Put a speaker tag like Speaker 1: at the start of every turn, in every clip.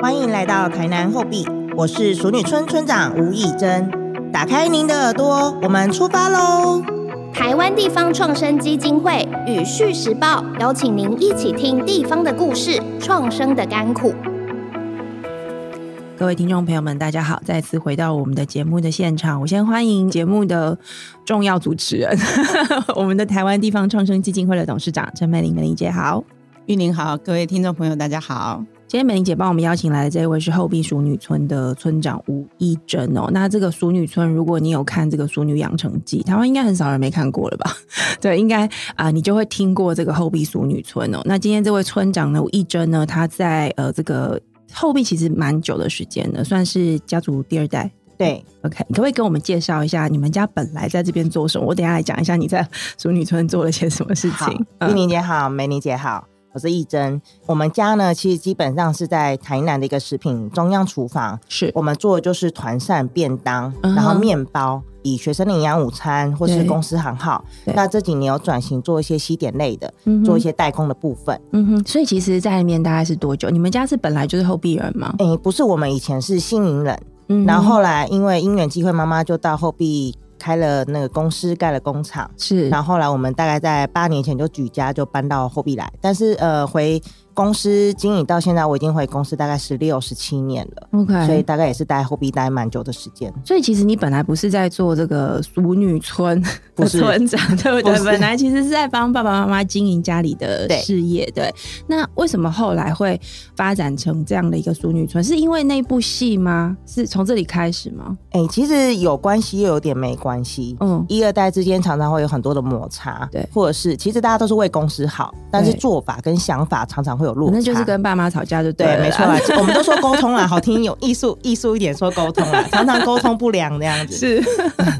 Speaker 1: 欢迎来到台南后壁，我是熟女村村长吴以真。打开您的耳朵，我们出发喽！
Speaker 2: 台湾地方创生基金会与《续时报》邀请您一起听地方的故事，创生的甘苦。
Speaker 1: 各位听众朋友们，大家好！再次回到我们的节目的现场，我先欢迎节目的重要主持人， 我们的台湾地方创生基金会的董事长陈美玲，美玲姐好。
Speaker 3: 玉玲好，各位听众朋友，大家好。
Speaker 1: 今天美玲姐帮我们邀请来的这位是后壁熟女村的村长吴一珍哦。那这个熟女村，如果你有看这个《熟女养成记》，台湾应该很少人没看过了吧？ 对，应该啊、你就会听过这个后壁熟女村哦。那今天这位村长呢，吴一珍呢，她在呃这个后壁其实蛮久的时间了，算是家族第二代。
Speaker 3: 对，
Speaker 1: OK，你可不可以给我们介绍一下你们家本来在这边做什么？我等一下来讲一下你在熟女村做了些什么事
Speaker 3: 好
Speaker 1: 情。，
Speaker 3: 玉
Speaker 1: 嗯
Speaker 3: 玲姐好，美玲姐好，我是义珍。我们家呢，其实基本上是在台南的一个食品中央厨房，
Speaker 1: 是
Speaker 3: 我们做的就是团膳便当，
Speaker 1: 嗯哼
Speaker 3: 然后面包，以学生的营养午餐或是
Speaker 1: 对
Speaker 3: 公司行号
Speaker 1: 对。
Speaker 3: 那这几年有转型做一些西点类的
Speaker 1: 嗯哼，
Speaker 3: 做一些代工的部分。
Speaker 1: 嗯哼，所以其实，在里面大概是多久？你们家是本来就是后壁人吗？
Speaker 3: 诶、不是我们以前是新营人，
Speaker 1: 嗯哼
Speaker 3: 哎然后后来因为因缘机会，妈妈就到后壁开了那个公司，盖了工厂。
Speaker 1: 是
Speaker 3: 然后后来我们大概在八年前就举家就搬到后壁来，但是呃回公司经营到现在，我已经回公司大概十六十七年了。
Speaker 1: 嗯 OK，
Speaker 3: 所以大概也是待后壁待蛮久的时间，
Speaker 1: 所以其实你本来不是在做这个熟女村的
Speaker 3: 不是
Speaker 1: 村长，对不对？
Speaker 3: 不是
Speaker 1: 本来其实是在帮爸爸妈妈经营家里的
Speaker 3: 对
Speaker 1: 事业，对。那为什么后来会发展成这样的一个熟女村？是因为那部戏吗？是从这里开始吗？
Speaker 3: 哎、其实有关系又有点没关系。
Speaker 1: 嗯，
Speaker 3: 一二代之间常常会有很多的摩擦，
Speaker 1: 对
Speaker 3: 或者是其实大家都是为公司好，但是
Speaker 1: 对
Speaker 3: 做法跟想法常常会有落差。
Speaker 1: 反正就是跟爸妈吵架就
Speaker 3: 对，
Speaker 1: 了啦
Speaker 3: 没错啊啦，我们都说沟通啦，好听有艺术艺术一点说沟通啦，常常沟通不良这样 子。
Speaker 1: 是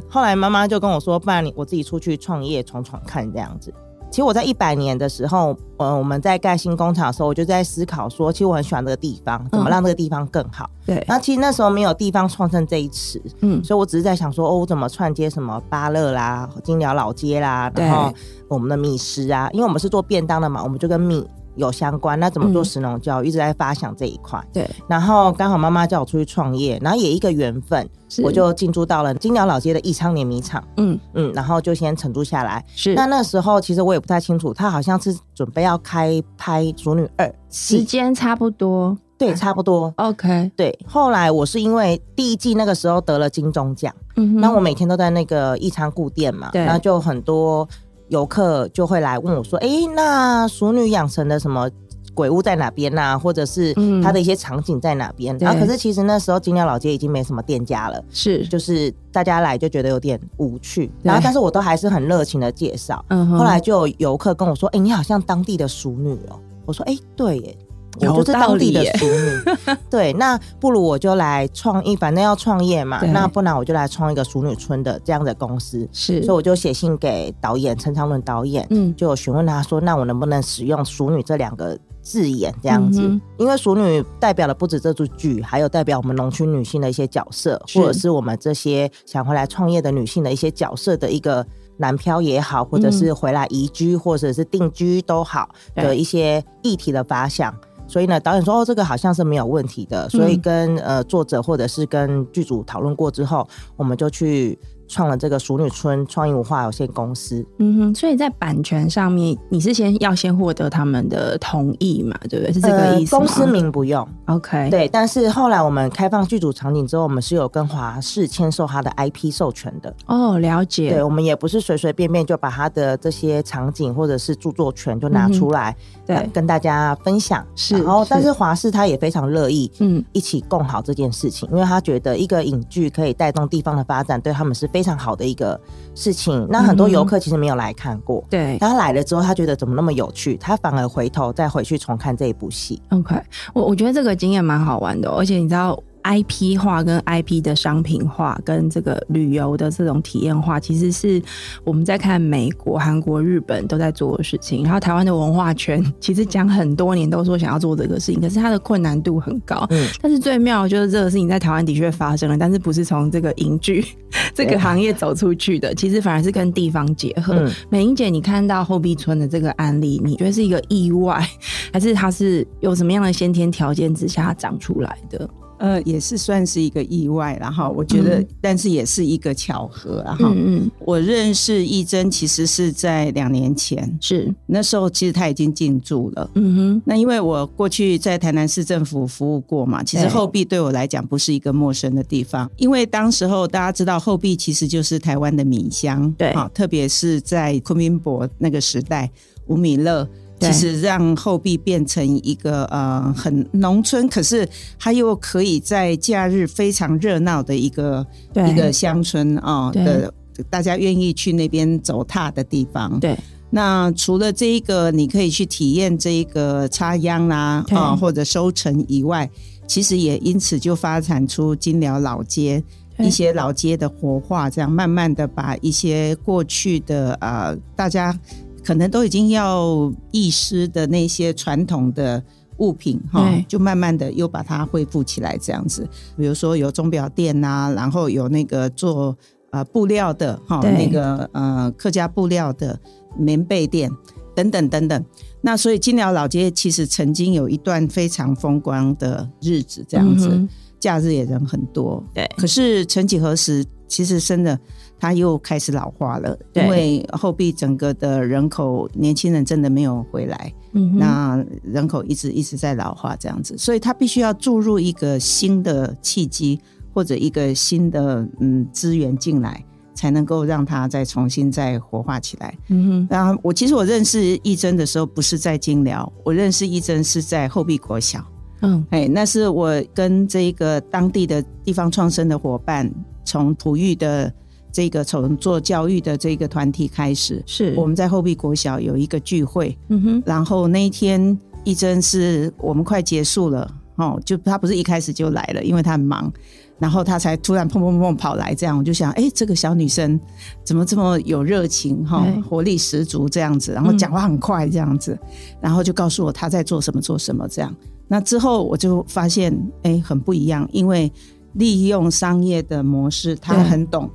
Speaker 3: 后来妈妈就跟我说，不然你我自己出去创业闯闯看这样子。其实我在一百年的时候，呃，我们在盖新工厂的时候，我就在思考说，其实我很喜欢这个地方，怎么让这个地方更好。
Speaker 1: 嗯对，
Speaker 3: 那、其实那时候没有地方创生这一词，
Speaker 1: 嗯，
Speaker 3: 所以我只是在想说，哦，我怎么串接什么巴乐啦、金寮老街啦，
Speaker 1: 对
Speaker 3: 然后我们的米食啊，因为我们是做便当的嘛，我们就跟米有相关，那怎么做
Speaker 1: 嗯
Speaker 3: 食农教育，一直在发想这一块。
Speaker 1: 对，
Speaker 3: 然后刚好妈妈叫我出去创业，然后也一个缘分，
Speaker 1: 是
Speaker 3: 我就进驻到了金寮老街的益昌碾米厂，
Speaker 1: 嗯
Speaker 3: 嗯，然后就先承租下来。
Speaker 1: 是
Speaker 3: 那那时候其实我也不太清楚，他好像是准备要开拍《熟女二》
Speaker 1: 时
Speaker 3: 戏，
Speaker 1: 间差不多
Speaker 3: 对，差不多。
Speaker 1: ，OK，
Speaker 3: 对，后来我是因为第一季那个时候得了金钟奖，
Speaker 1: 嗯哼，
Speaker 3: 那我每天都在那个益昌固店嘛，
Speaker 1: 对
Speaker 3: 然后就很多游客就会来问我说：“诶，那熟女养成的什么？”鬼屋在哪边呐、或者是
Speaker 1: 嗯
Speaker 3: 它的一些场景在哪边？
Speaker 1: 对
Speaker 3: 然后、可是其实那时候金鸟老街已经没什么店家了，
Speaker 1: 是
Speaker 3: 就是大家来就觉得有点无趣。
Speaker 1: 对
Speaker 3: 然后但是我都还是很热情的介绍。
Speaker 1: 嗯哼
Speaker 3: 后来就有游客跟我说：“诶，哎你好像当地的熟女哦、我说：“诶，对耶，
Speaker 1: 有
Speaker 3: 我就是
Speaker 1: 道
Speaker 3: 当
Speaker 1: 理
Speaker 3: 地的
Speaker 1: 耶
Speaker 3: 熟女。对，那不如我就来创业，反正要创业嘛
Speaker 1: 对，
Speaker 3: 那不然我就来创一个熟女村的这样的公司。
Speaker 1: 是
Speaker 3: 所以我就写信给导演陈长伦导演，
Speaker 1: 嗯
Speaker 3: 就询问他说：“那我能不能使用‘熟女’这两个字眼这样子？
Speaker 1: 嗯
Speaker 3: 因为‘熟女’代表了不止这出剧，还有代表我们农村女性的一些角色，
Speaker 1: 是
Speaker 3: 或者是我们这些想回来创业的女性的一些角色的一个南漂也好，或者
Speaker 1: 嗯
Speaker 3: 是回来移居或者是定居都好
Speaker 1: 对
Speaker 3: 的一些议题的发想。”所以呢，导演说哦，这个好像是没有问题的，所以
Speaker 1: 嗯
Speaker 3: 跟、呃作者或者是跟剧组讨论过之后，我们就去创了这个熟女村创意文化有限公司。
Speaker 1: 嗯哼，所以在版权上面，你是先要先获得他们的同意嘛，对不对？是这个意思、
Speaker 3: 呃
Speaker 1: 吗？哎
Speaker 3: 公司名不用，
Speaker 1: OK，，
Speaker 3: 对。但是后来我们开放剧组场景之后，我们是有跟华视签售它的 IP 授权的。
Speaker 1: 哦，了
Speaker 3: 对，
Speaker 1: 解，
Speaker 3: 我们也不是随随便便就把它的这些场景或者是著作权就拿出来、
Speaker 1: 嗯对
Speaker 3: 呃跟大家分享。
Speaker 1: 是
Speaker 3: 然后
Speaker 1: 是
Speaker 3: 但是华视它也非常乐意。
Speaker 1: 嗯，
Speaker 3: 一起共好这件事情，因为他觉得一个影剧可以带动地方的发展，对他们是非常好的一个事情。那很多游客其实没有来看过，
Speaker 1: 嗯对。
Speaker 3: 他来了之后，他觉得怎么那么有趣，他反而回头再回去重看这一部戏。
Speaker 1: OK，我我觉得这个经验蛮好玩的哦、而且你知道。IP 化跟 IP 的商品化跟这个旅游的这种体验化，其实是我们在看美国、韩国、日本都在做的事情。然后台湾的文化圈其实讲很多年都说想要做这个事情，可是它的困难度很高。
Speaker 3: 嗯
Speaker 1: 但是最妙的就是这个事情在台湾的确发生了，但是不是从这个影剧 这个行业走出去的，其实反而是跟地方结合。
Speaker 3: 嗯
Speaker 1: 美英姐，你看到后壁村的这个案例，你觉得是一个意外，还是它是有什么样的先天条件之下长出来的？
Speaker 4: 呃，也是算是一个意外啦，然后我觉得，
Speaker 1: 嗯
Speaker 4: 但是也是一个巧合啊哈。
Speaker 1: 嗯，
Speaker 4: 我认识义珍其实是在两年前，
Speaker 1: 是，
Speaker 4: 那时候其实他已经进驻了。
Speaker 1: 嗯哼，
Speaker 4: 那因为我过去在台南市政府服务过嘛，其实
Speaker 1: 对
Speaker 4: 后壁对我来讲不是一个陌生的地方，因为当时候大家知道后壁其实就是台湾的米乡，
Speaker 1: 对
Speaker 4: 啊，特别是在昆明博那个时代，吴米勒。
Speaker 1: 对
Speaker 4: 其实让后壁变成一个呃很农村，可是它又可以在假日非常热闹的一个
Speaker 1: 对
Speaker 4: 一个乡村啊、
Speaker 1: 对
Speaker 4: 的，大家愿意去那边走踏的地方。
Speaker 1: 对，
Speaker 4: 那除了这一个，你可以去体验这一个插秧啦、
Speaker 1: 对
Speaker 4: 啊、或者收成以外，其实也因此就发展出金寮老街
Speaker 1: 对
Speaker 4: 一些老街的活化，这样慢慢的把一些过去的呃大家可能都已经要遗失的那些传统的。物品哈
Speaker 1: 对，
Speaker 4: 就慢慢的又把它恢复起来，这样子。比如说有钟表店呐、然后有那个做呃布料的哈，
Speaker 1: 对
Speaker 4: 那个呃客家布料的棉被店等等等等。那所以金寮老街其实曾经有一段非常风光的日子，这样
Speaker 1: 嗯
Speaker 4: 子、
Speaker 1: 哼
Speaker 4: 假日也人很多。
Speaker 1: 对
Speaker 4: 可是曾几何时，其实真的它又开始老化了，
Speaker 1: 对
Speaker 4: 因为后壁整个的人口年轻人真的没有回来。
Speaker 1: 嗯哼，
Speaker 4: 那人口一直一直在老化这样子，所以它必须要注入一个新的契机或者一个新的嗯资源进来，才能够让它再重新再活化起来。
Speaker 1: 嗯
Speaker 4: 然后我其实我认识义珍的时候不是在金寮，我认识义珍是在后壁国小，
Speaker 1: 哼，嗯，
Speaker 4: 哎，那是我跟这个当地的地方创生的伙伴，从哺育的这个从做教育的这个团体开始。
Speaker 1: 是，
Speaker 4: 我们在后壁国小有一个聚会，
Speaker 1: 嗯哼，
Speaker 4: 然后那一天一真是我们快结束了哦，就他不是一开始就来了，因为他很忙，然后他才突然砰砰砰砰跑来，这样我就想，哎，这个小女生怎么这么有热情哈、
Speaker 1: 对
Speaker 4: 活力十足这样子，然后
Speaker 1: 嗯
Speaker 4: 讲话很快这样子，然后就告诉我她在做什么做什么这样。那之后我就发现，哎，很不一样，因为利用商业的模式，她
Speaker 1: 对
Speaker 4: 很懂。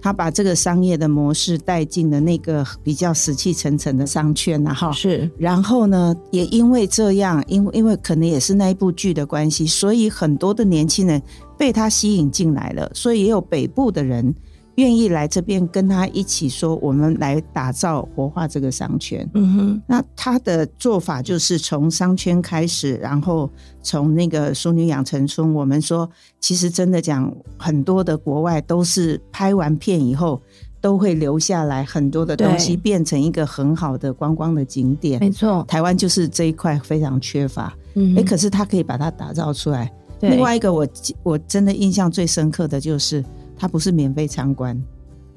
Speaker 4: 她把这个商业的模式带进了那个比较死气沉沉的商圈啊然后
Speaker 1: 是，
Speaker 4: 然后呢，也因为这样，因为因为可能也是那一部剧的关系，所以很多的年轻人被他吸引进来了，所以也有北部的人愿意来这边跟他一起说，我们来打造活化这个商圈。
Speaker 1: 嗯哼，
Speaker 4: 那他的做法就是从商圈开始，然后从那个淑女养成村，我们说，其实真的讲，很多的国外都是拍完片以后。都会留下来很多的东
Speaker 1: 对
Speaker 4: 西，变成一个很好的观光的景点。
Speaker 1: 没错，
Speaker 4: 台湾就是这一块非常缺乏，
Speaker 1: 嗯
Speaker 4: 哎、
Speaker 1: 哼，
Speaker 4: 可是他可以把它打造出来。
Speaker 1: 对
Speaker 4: 另外一个我记我真的印象最深刻的就是，它不是免费参观，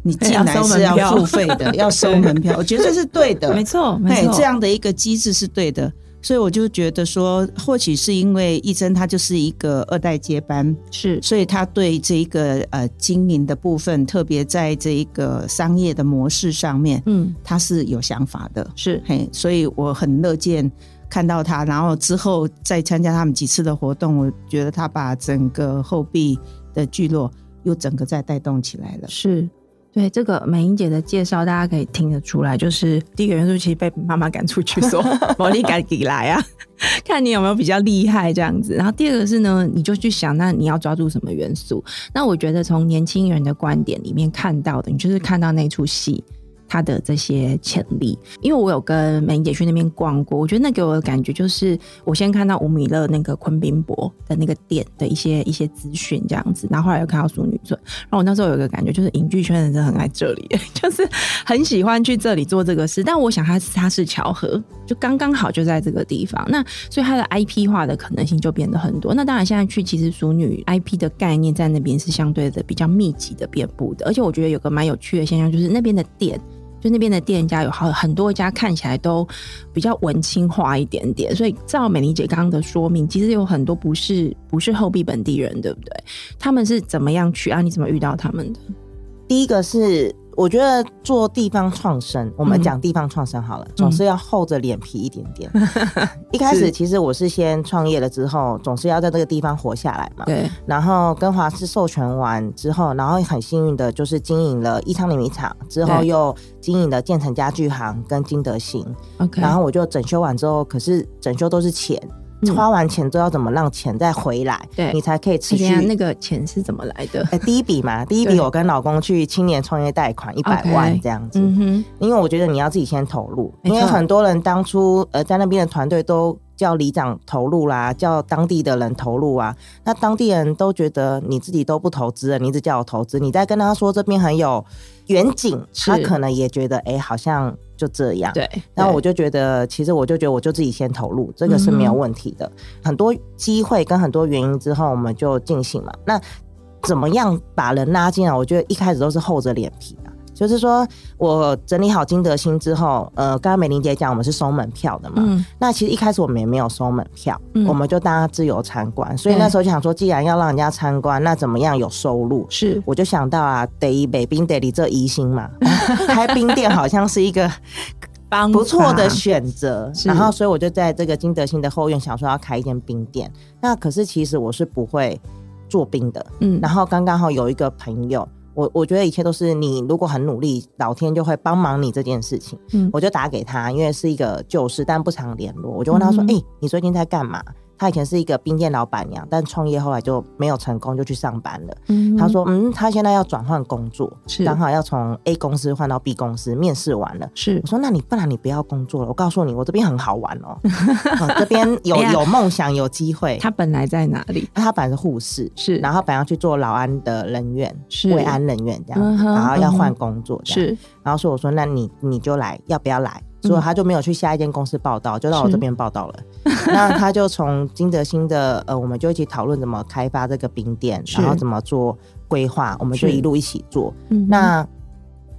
Speaker 4: 你进
Speaker 1: 哎
Speaker 4: 来
Speaker 1: 要收门
Speaker 4: 是要
Speaker 1: 票
Speaker 4: 付费 的，要收门票，我觉得这是对的，
Speaker 1: 没错，没
Speaker 4: 哎，
Speaker 1: 错，
Speaker 4: 这样的一个机制是对的。所以我就觉得说，或许是因为义珍他就是一个二代接班，
Speaker 1: 是，
Speaker 4: 所以他对这一个呃经营的部分，特别在这一个商业的模式上面，
Speaker 1: 嗯，
Speaker 4: 他是有想法的。
Speaker 1: 是，
Speaker 4: 嘿，所以我很乐见看到他，然后之后再参加他们几次的活动，我觉得他把整个后壁的聚落又整个再带动起来了。
Speaker 1: 是。对这个美英姐的介绍，大家可以听得出来，就是第一个元素其实被妈妈赶出去说“魔力赶给来啊”， 看你有没有比较厉害这样子。然后第二个是呢，你就去想，那你要抓住什么元素？那我觉得从年轻人的观点里面看到的，你就是看到那出戏它的这些潜力。因为我有跟美英姐去那边逛过，我觉得那给我的感觉就是，我先看到吴米勒那个昆宾博的那个店的一些一些资讯这样子，然后后来又看到淑女村，然后我那时候有一个感觉，就是影剧圈的人真的很爱这里， 就是很喜欢去这里做这个事。但我想它它是巧合，就刚刚好就在这个地方。那所以它的 IP 化的可能性就变得很多。那当然，现在去其实熟女 IP 的概念在那边是相对的比较密集的遍布的，而且我觉得有个蛮有趣的现象，就是那边的店。就那边的店家有好很多家看起来都比较文青化一点点，所以照美玲姐刚刚的说明，其实有很多不是不是后壁本地人，对不对？他们是怎么样去啊？你怎么遇到他们的？
Speaker 3: 第一个是我觉得做地方创生，我们
Speaker 1: 嗯
Speaker 3: 讲地方创生好了，总是要厚着脸皮一点点。 一开始
Speaker 1: 是
Speaker 3: 其实我是先创业了之后，总是要在这个地方活下来嘛。
Speaker 1: 对，
Speaker 3: 然后跟华师授权完之后，然后很幸运的就是经营了益昌碾米厂，之后
Speaker 1: 对
Speaker 3: 又经营了建成家具行跟金德兴。
Speaker 1: OK，
Speaker 3: 然后我就整修完之后，可是整修都是钱，
Speaker 1: 嗯
Speaker 3: 花完钱之后要怎么让钱再回来，
Speaker 1: 对
Speaker 3: 你才可以持
Speaker 1: 哎等一
Speaker 3: 续
Speaker 1: 下那个钱是怎么来的？
Speaker 3: 哎，第一笔嘛，第一笔
Speaker 1: 对
Speaker 3: 我跟老公去青年创业贷款一百
Speaker 1: OK
Speaker 3: 万这样子
Speaker 1: 嗯
Speaker 3: 因为我觉得你要自己先投入，
Speaker 1: 没
Speaker 3: 因
Speaker 1: 错
Speaker 3: 为很多人当初呃在那边的团队都叫里长投入啦，叫当地的人投入啊，那当地人都觉得你自己都不投资了，你一直叫我投资，你再跟他说这边很有远景，
Speaker 1: 是
Speaker 3: 他可能也觉得哎、好像就这样
Speaker 1: 哼，。对。
Speaker 3: 那啊我
Speaker 1: 就
Speaker 3: 就觉得，其实我就觉得，我就自己先投入，这个是没有问题的。
Speaker 1: 嗯
Speaker 3: 很多机会跟很多原因之后，我们就进行嘛。那怎么样把人拉进来？我觉得一开始都是厚着脸皮啊。就是说我整理好金德心之后，呃，刚刚美玲姐讲我们是收门票的嘛，
Speaker 1: 嗯
Speaker 3: 那其实一开始我们也没有收门票，
Speaker 1: 嗯
Speaker 3: 我们就大家自由参观。所以
Speaker 1: 对
Speaker 3: 那时候就想说，既然要让人家参观，那怎么样有收入？
Speaker 1: 是
Speaker 3: 我就想到啊，得北冰得里这宜兴嘛， 开冰店好像是一个
Speaker 1: 帮
Speaker 3: 不错的
Speaker 1: 法
Speaker 3: 选择。
Speaker 1: 嗯啊是
Speaker 3: 然后，所以我就在这个金德兴的后院想说要开一间冰店。那可是其实我是不会做冰的。
Speaker 1: 嗯
Speaker 3: 然后刚刚好有一个朋友，我我觉得一切都是你如果很努力，老天就会帮忙你这件事情。
Speaker 1: 嗯
Speaker 3: 我就打给他，因为是一个旧事，但不常联络。我就问他说：“
Speaker 1: 嗯
Speaker 3: 哎、你最近在干嘛？”他以前是一个冰店老板娘，但创业后来就没有成功，就去上班了。
Speaker 1: 嗯
Speaker 3: 他说：“嗯，他现在要转换工作，
Speaker 1: 是
Speaker 3: 刚好要从 A 公司换到 B 公司，面试完了。”
Speaker 1: 是
Speaker 3: 我说：“那你不然你不要工作了，我告诉你，我这边很好玩 哦，哦这边有
Speaker 1: 哎呀
Speaker 3: 有梦想，有机会。
Speaker 1: 他本来在哪里？
Speaker 3: 他本来是护士，
Speaker 1: 是
Speaker 3: 然后他本来要去做劳安的人员，
Speaker 1: 是
Speaker 3: 慰安人员这样
Speaker 1: 嗯
Speaker 3: 子，
Speaker 1: 哼
Speaker 3: 然后要
Speaker 1: 嗯
Speaker 3: 换
Speaker 1: 哼
Speaker 3: 工作这样。
Speaker 1: 是嗯
Speaker 3: 然后所以我说：那你你就来，要不要来？”所以他就没有去下一间公司报道，就到我
Speaker 1: 是
Speaker 3: 这边报道了。 那他就从金德兴的呃，我们就一起讨论怎么开发这个冰店，
Speaker 1: 是
Speaker 3: 然后怎么做规划，我们就是一路一起做。
Speaker 1: 嗯
Speaker 3: 那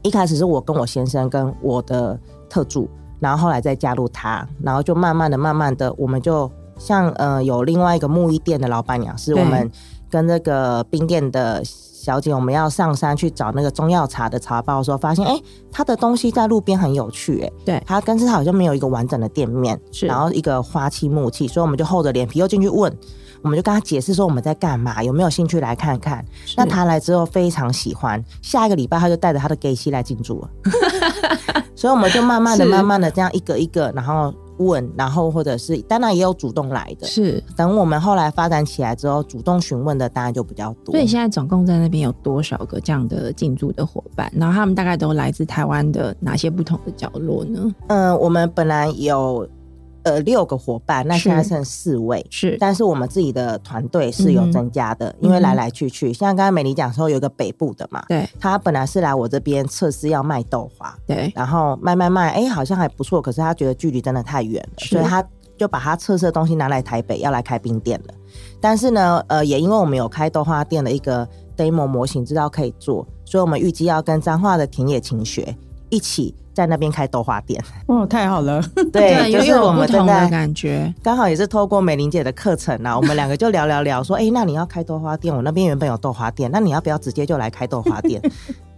Speaker 3: 一开始是我跟我先生跟我的特助，然后后来再加入他，然后就慢慢的、慢慢的，我们就像呃有另外一个木艺店的老板娘，是
Speaker 1: 对
Speaker 3: 我们跟那个冰店的小姐，我们要上山去找那个中药茶的茶包的时候，发现哎，诶她的东西在路边很有趣、诶
Speaker 1: 对
Speaker 3: 她但是她好像没有一个完整的店面，
Speaker 1: 是
Speaker 3: 然后一个花器木器，所以我们就厚着脸皮又进去问。我们就跟她解释说我们在干嘛，有没有兴趣来看看？
Speaker 1: 是
Speaker 3: 那他来之后非常喜欢，下一个礼拜他就带着他的 gay 西来进驻了， 所以我们就慢慢 的、
Speaker 1: 是
Speaker 3: 慢慢的这样一个一个，然后问，然后或者是当然也有主动来的。
Speaker 1: 是
Speaker 3: 等我们后来发展起来之后，主动询问的当然就比较多。
Speaker 1: 所以现在总共在那边有多少个这样的进驻的伙伴？然后他们大概都来自台湾的哪些不同的角落呢？
Speaker 3: 嗯、我们本来有呃六个伙伴，那
Speaker 1: 是
Speaker 3: 现在剩四位。
Speaker 1: 是
Speaker 3: 但是我们自己的团队是有
Speaker 1: 嗯
Speaker 3: 增加的，因为
Speaker 1: 嗯
Speaker 3: 来来去去，像刚刚美丽讲说有一个北部的嘛，
Speaker 1: 对
Speaker 3: 他本来是来我这边测试要卖豆花，
Speaker 1: 对
Speaker 3: 然后卖卖卖，哎，好像还不错，可是他觉得距离真的太远了，
Speaker 1: 是
Speaker 3: 所以他就把他测试的东西拿来台北，要来开冰店了。但是呢，呃，也因为我们有开豆花店的一个 demo 模型，知道可以做，所以我们预计要跟彰化的田野勤学一起在那边开豆花 店。
Speaker 4: 哦，太好了，
Speaker 3: 对，就
Speaker 1: 又
Speaker 3: 是
Speaker 1: 有
Speaker 3: 我
Speaker 1: 不
Speaker 3: 们
Speaker 1: 同
Speaker 3: 正
Speaker 1: 的
Speaker 3: 在
Speaker 1: 感觉，
Speaker 3: 刚好也是透过美玲姐的课程啦，我们两个就聊聊聊，说，哎，那你要开豆花店，我那边原本有豆花店，那你要不要直接就来开豆花 店？
Speaker 1: 哎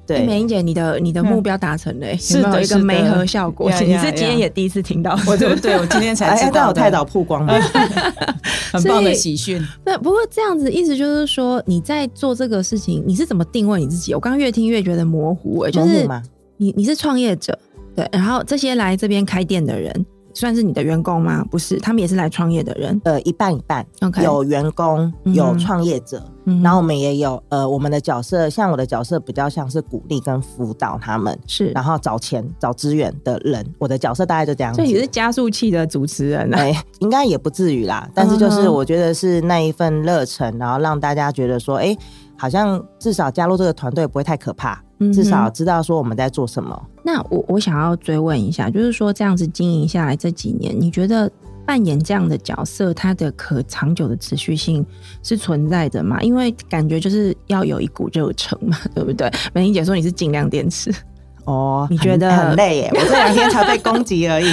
Speaker 3: 对，嗯
Speaker 1: 美英姐，你的你的目标达成了、欸，有没
Speaker 4: 是
Speaker 1: 有
Speaker 4: 的
Speaker 1: 一个
Speaker 4: 是的
Speaker 1: 媒合效果？
Speaker 4: 呀
Speaker 1: 你
Speaker 4: 呀
Speaker 1: 是今
Speaker 4: 呀
Speaker 1: 天也第一次听到，
Speaker 4: 我 对对，我今天才知
Speaker 3: 但
Speaker 4: 道
Speaker 3: 哎我
Speaker 4: 的，
Speaker 3: 太早曝光了。
Speaker 4: 很
Speaker 1: 所
Speaker 4: 棒
Speaker 1: 以
Speaker 4: 的喜讯。
Speaker 1: 那 不过这样子，意思就是说你在做这个事情，你是怎么定位你自己？我刚刚越听越觉得模糊、欸，就
Speaker 3: 模
Speaker 1: 是
Speaker 3: 糊吗
Speaker 1: 你你是创业者，对，然后这些来这边开店的人算是你的员工吗？不是，他们也是来创业的人。
Speaker 3: 呃，一半一半
Speaker 1: OK
Speaker 3: 有员工，
Speaker 1: 嗯
Speaker 3: 有创业者，
Speaker 1: 嗯
Speaker 3: 然后我们也有呃，我们的角色，像我的角色比较像是鼓励跟辅导他们，
Speaker 1: 是，
Speaker 3: 然后找钱、找资源的人，我的角色大概就这样子
Speaker 1: 所以。你是加速器的主持人啊？
Speaker 3: 哎、应该也不至于啦，但是就
Speaker 1: 嗯
Speaker 3: 是
Speaker 1: 哼
Speaker 3: 我觉得是那一份热忱，然后让大家觉得说，哎、好像至少加入这个团队不会太可怕，
Speaker 1: 嗯哼
Speaker 3: 至少知道说我们在做什么。
Speaker 1: 那我我想要追问一下，就是说这样子经营下来这几年，你觉得扮演这样的角色，它的可长久的持续性是存在的吗？因为感觉就是要有一股热忱嘛，对不对？美玲姐说你是尽量电池，
Speaker 3: 哦，
Speaker 1: 你
Speaker 3: 很
Speaker 1: 觉得
Speaker 3: 很累耶？我这两天才被攻击而已。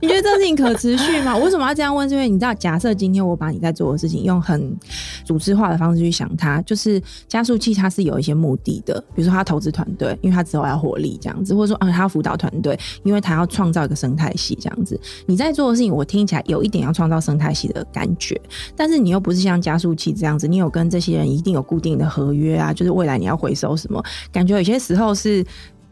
Speaker 1: 你觉得这件事情可持续吗？我为什么要这样问？是因为你知道，假设今天我把你在做的事情用很组织化的方式去想它，就是加速器它是有一些目的的，比如说它投资团队，因为它之后要获利这样子，或者说啊，它要辅导团队，因为它要创造一个生态系这样子。你在做的事情，我听起来有一点要创造生态系的感觉，但是你又不是像加速器这样子，你有跟这些人一定有固定的合约啊，就是未来你要回收什么，感觉有些时候是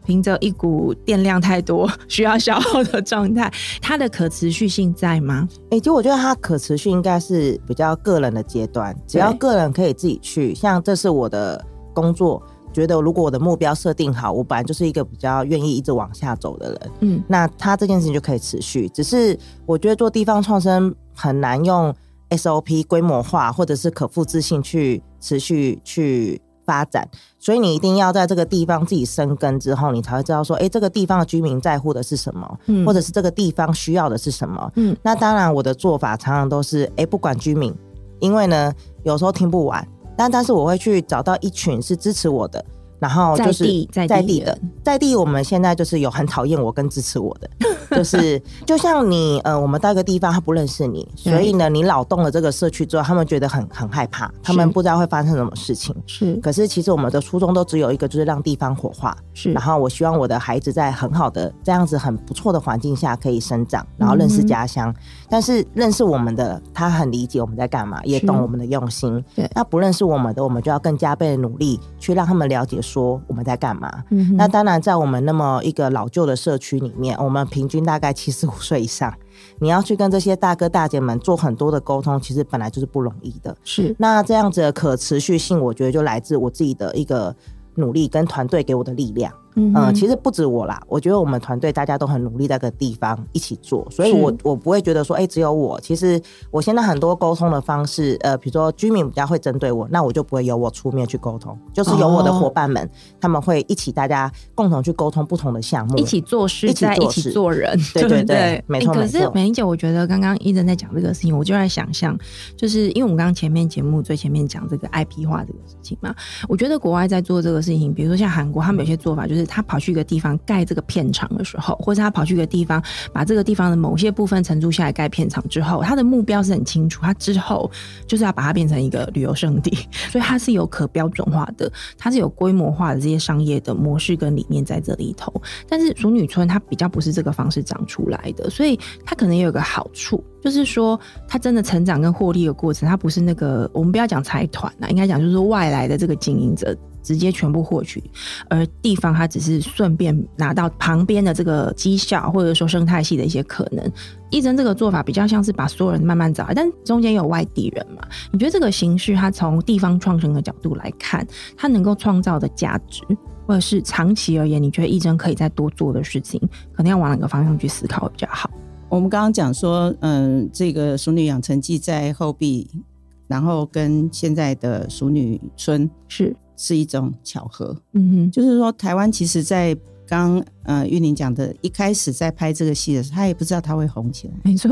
Speaker 1: 凭着一股电量太多需要消耗的状态，它的可持续性在吗？
Speaker 3: 哎、就我觉得它可持续应该是比较个人的阶段，只要个人可以自己去，像这是我的工作，觉得如果我的目标设定好，我本来就是一个比较愿意一直往下走的人，
Speaker 1: 嗯，
Speaker 3: 那它这件事情就可以持续。只是我觉得做地方创生很难用 SOP 规模化或者是可复制性去持续去发展，所以你一定要在这个地方自己生根之后，你才会知道说，哎、这个地方的居民在乎的是什么，
Speaker 1: 嗯
Speaker 3: 或者是这个地方需要的是什么。
Speaker 1: 嗯
Speaker 3: 嗯，那当然我的做法常常都是，哎、不管居民，因为呢有时候听不完，但但是我会去找到一群是支持我的。然后
Speaker 1: 在
Speaker 3: 就是
Speaker 1: 地在地
Speaker 3: 在地的
Speaker 1: 人，
Speaker 3: 在地我们现在就是有很讨厌我跟支持 我的，就是就像你呃，我们到一个地方他不认识你，
Speaker 1: 对
Speaker 3: 所以呢，你扰动了这个社区之后，他们觉得很很害怕，他们不知道会发生什么事情。
Speaker 1: 是
Speaker 3: 可是其实我们的初衷都只有一个，就是让地方火化。
Speaker 1: 是
Speaker 3: 然后我希望我的孩子在很好的这样子很不错的环境下可以生长，然后认识家乡。
Speaker 1: 嗯
Speaker 3: 但是认识我们的，他很理解我们在干嘛，也
Speaker 1: 是
Speaker 3: 懂我们的用心。
Speaker 1: 对
Speaker 3: 那不认识我们的，我们就要更加倍的努力去让他们了解说我们在干嘛。
Speaker 1: 嗯哼
Speaker 3: 那当然，在我们那么一个老旧的社区里面，我们平均大概七十五 岁以上，你要去跟这些大哥大姐们做很多的沟通，其实本来就是不容易的。
Speaker 1: 是
Speaker 3: 那这样子的可持续性，我觉得就来自我自己的一个努力跟团队给我的力量。
Speaker 1: 嗯
Speaker 3: 嗯、
Speaker 1: 哼
Speaker 3: 其实不止我啦，我觉得我们团队大家都很努力在这个地方一起做，所以
Speaker 1: 是
Speaker 3: 我我不会觉得说，哎、只有我。其实我现在很多沟通的方式，呃，比如说居民比较会针对我，那我就不会由我出面去沟通，就是有我的
Speaker 1: 哦
Speaker 3: 伙伴们，他们会一起大家共同去沟通不同的项目，
Speaker 1: 一起做事，
Speaker 3: 一起
Speaker 1: 在一
Speaker 3: 做
Speaker 1: 起
Speaker 3: 事
Speaker 1: 做人，
Speaker 3: 对
Speaker 1: 不
Speaker 3: 对
Speaker 1: 对
Speaker 3: 对没错
Speaker 1: 诶可
Speaker 3: 没
Speaker 1: 是
Speaker 3: 错
Speaker 1: 美玲姐，我觉得刚刚一直在讲这个事情，我就在想象，就是因为我们刚刚前面节目最前面讲这个 IP 化这个事情嘛，我觉得国外在做这个事情，比如说像韩国，他们有些做法就是他跑去一个地方盖这个片场的时候，或者他跑去一个地方把这个地方的某些部分承租下来盖片场之后，他的目标是很清楚，他之后就是要把它变成一个旅游胜地， 所以它是有可标准化的，它是有规模化的这些商业的模式跟理念在这里头。但是熟女村它比较不是这个方式长出来的，所以它可能也有一个好处，就是说它真的成长跟获利的过程，它不是那个我们不要讲财团啊，应该讲就是外来的这个经营者。直接全部获取，而地方它只是顺便拿到旁边的这个绩效，或者说生态系的一些可能。义珍这个做法比较像是把所有人慢慢找来，但中间有外地人嘛？你觉得这个形式，它从地方创生的角度来看，它能够创造的价值，或者是长期而言，你觉得义珍可以再多做的事情，可能要往哪个方向去思考会比较好？
Speaker 4: 我们刚刚讲说，嗯，这个《熟女养成记》在后壁，然后跟现在的熟女村
Speaker 1: 是，
Speaker 4: 是一种巧合，
Speaker 1: 嗯哼，
Speaker 4: 就是说台湾其实在刚呃玉玲讲的，一开始在拍这个戏的时候，他也不知道他会红起来，
Speaker 1: 没错，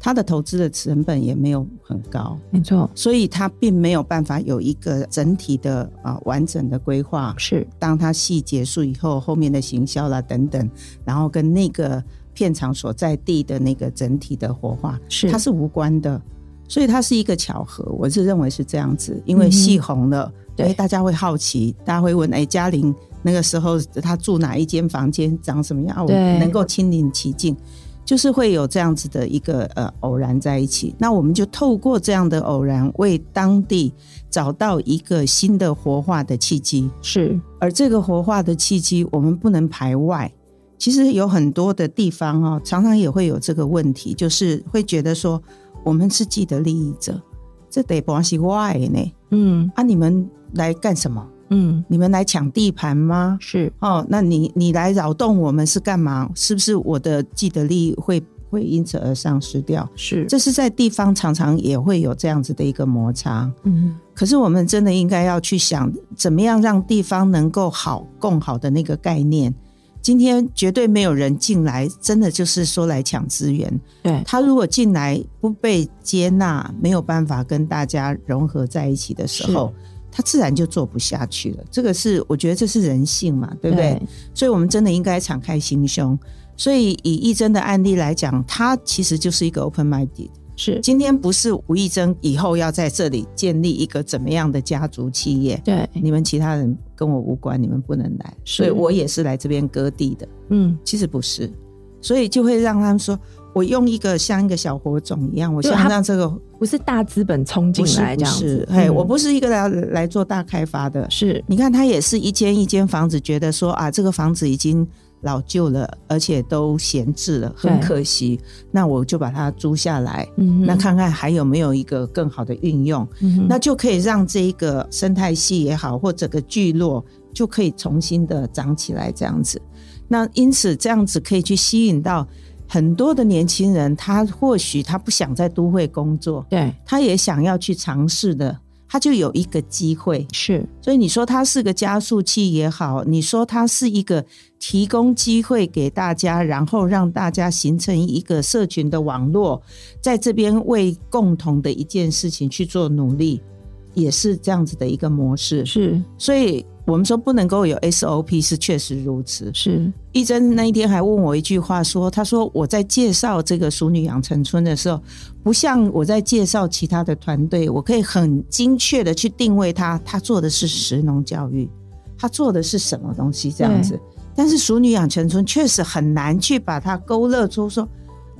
Speaker 4: 他的投资的成本也没有很高，
Speaker 1: 没错，
Speaker 4: 所以他并没有办法有一个整体的啊、完整的规划。
Speaker 1: 是，
Speaker 4: 当他戏结束以后，后面的行销啦等等，然后跟那个片场所在地的那个整体的活化，
Speaker 1: 是
Speaker 4: 它是无关的，所以它是一个巧合，我是认为是这样子，因为戏红了，
Speaker 1: 嗯
Speaker 4: 哎
Speaker 1: 对
Speaker 4: 诶大家会好奇，大家会问，哎，嘉玲那个时候她住哪一间房间，长什么样，啊我
Speaker 1: 对
Speaker 4: 能够亲临其境。就是会有这样子的一个呃偶然在一起，那我们就透过这样的偶然，为当地找到一个新的活化的契机。
Speaker 1: 是，
Speaker 4: 而这个活化的契机，我们不能排外。其实有很多的地方哦，常常也会有这个问题，就是会觉得说我们是既得利益者，这得不是 why 呢？
Speaker 1: 嗯
Speaker 4: 啊，你们来干什么？
Speaker 1: 嗯，
Speaker 4: 你们来抢地盘吗？
Speaker 1: 是，
Speaker 4: 哦，那你你来扰动我们是干嘛？是不是我的既得利益会会因此而丧失掉？
Speaker 1: 是，
Speaker 4: 这是在地方常常也会有这样子的一个摩擦。
Speaker 1: 嗯，
Speaker 4: 可是我们真的应该要去想，怎么样让地方能够好共好的那个概念。今天绝对没有人进来，真的就是说来抢资源。
Speaker 1: 对，
Speaker 4: 他如果进来不被接纳，没有办法跟大家融合在一起的时候，他自然就做不下去了。这个是我觉得这是人性嘛，对不对？
Speaker 1: 对
Speaker 4: 所以我们真的应该敞开心胸。所以以义珍的案例来讲，他其实就是一个 open minded。
Speaker 1: 是，
Speaker 4: 今天不是吴义珍以后要在这里建立一个怎么样的家族企业，
Speaker 1: 对，
Speaker 4: 你们其他人跟我无关，你们不能来，
Speaker 1: 是
Speaker 4: 所以我也是来这边割地的。
Speaker 1: 嗯，
Speaker 4: 其实不是，所以就会让他们说，我用一个像一个小火种一样，我
Speaker 1: 对他
Speaker 4: 想让这个
Speaker 1: 不是大资本冲进
Speaker 4: 不是
Speaker 1: 来这
Speaker 4: 不
Speaker 1: 样
Speaker 4: 是
Speaker 1: 子，，
Speaker 4: 哎、
Speaker 1: 嗯
Speaker 4: 我不是一个来来做大开发的。
Speaker 1: 是，
Speaker 4: 你看，他也是一间一间房子，觉得说啊，这个房子已经老旧了，而且都闲置了，很
Speaker 1: 对
Speaker 4: 可惜。那我就把它租下来，
Speaker 1: 嗯哼
Speaker 4: 那，看看还有没有一个更好的运用。
Speaker 1: 嗯哼
Speaker 4: 那就可以让这一个生态系也好，或整个聚落就可以重新的长起来，这样子。那因此这样子可以去吸引到很多的年轻人，他或许他不想在都会工作，
Speaker 1: 对
Speaker 4: 他也想要去尝试的，他就有一个机会。
Speaker 1: 是，
Speaker 4: 所以你说它是个加速器也好，你说它是一个提供机会给大家，然后让大家形成一个社群的网络，在这边为共同的一件事情去做努力，也是这样子的一个模式。
Speaker 1: 是
Speaker 4: 所以我们说不能够有 SOP 是确实如此。
Speaker 1: 是，
Speaker 4: 一珍那一天还问我一句话说，他说我在介绍这个熟女养成村的时候，不像我在介绍其他的团队，我可以很精确的去定位他，他做的是食农教育，他做的是什么东西这样子。但是熟女养成村确实很难去把它勾勒出说。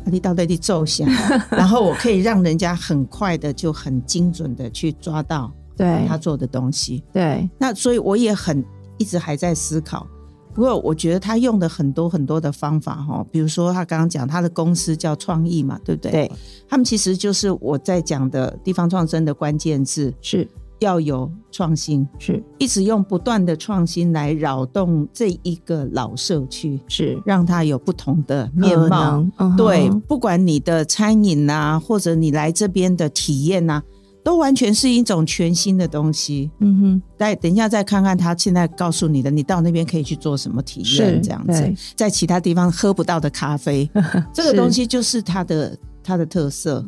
Speaker 4: 啊你到底你奏响，然后我可以让人家很快的就很精准的去抓到
Speaker 1: 对
Speaker 4: 他做的东西。
Speaker 1: 对
Speaker 4: 那所以我也很一直还在思考。不过我觉得他用的很多很多的方法哈，比如说他刚刚讲他的公司叫创意嘛，对不对？，
Speaker 3: 对，
Speaker 4: 他们其实就是我在讲的地方创生的关键字
Speaker 1: 是
Speaker 4: 要有创新，
Speaker 1: 是
Speaker 4: 一直用不断的创新来扰动这一个老社区，
Speaker 1: 是
Speaker 4: 让它有不同的面
Speaker 1: 可
Speaker 4: 貌。
Speaker 1: 能，嗯哼
Speaker 4: 对，不管你的餐饮呐、或者你来这边的体验呐、都完全是一种全新的东西。
Speaker 1: 嗯哼，
Speaker 4: 再等一下再看看他现在告诉你的，你到那边可以去做什么体
Speaker 1: 是
Speaker 4: 验，这样子
Speaker 1: 对，
Speaker 4: 在其他地方喝不到的咖 啡，这个
Speaker 1: 是
Speaker 4: 东西就是它的它的特色。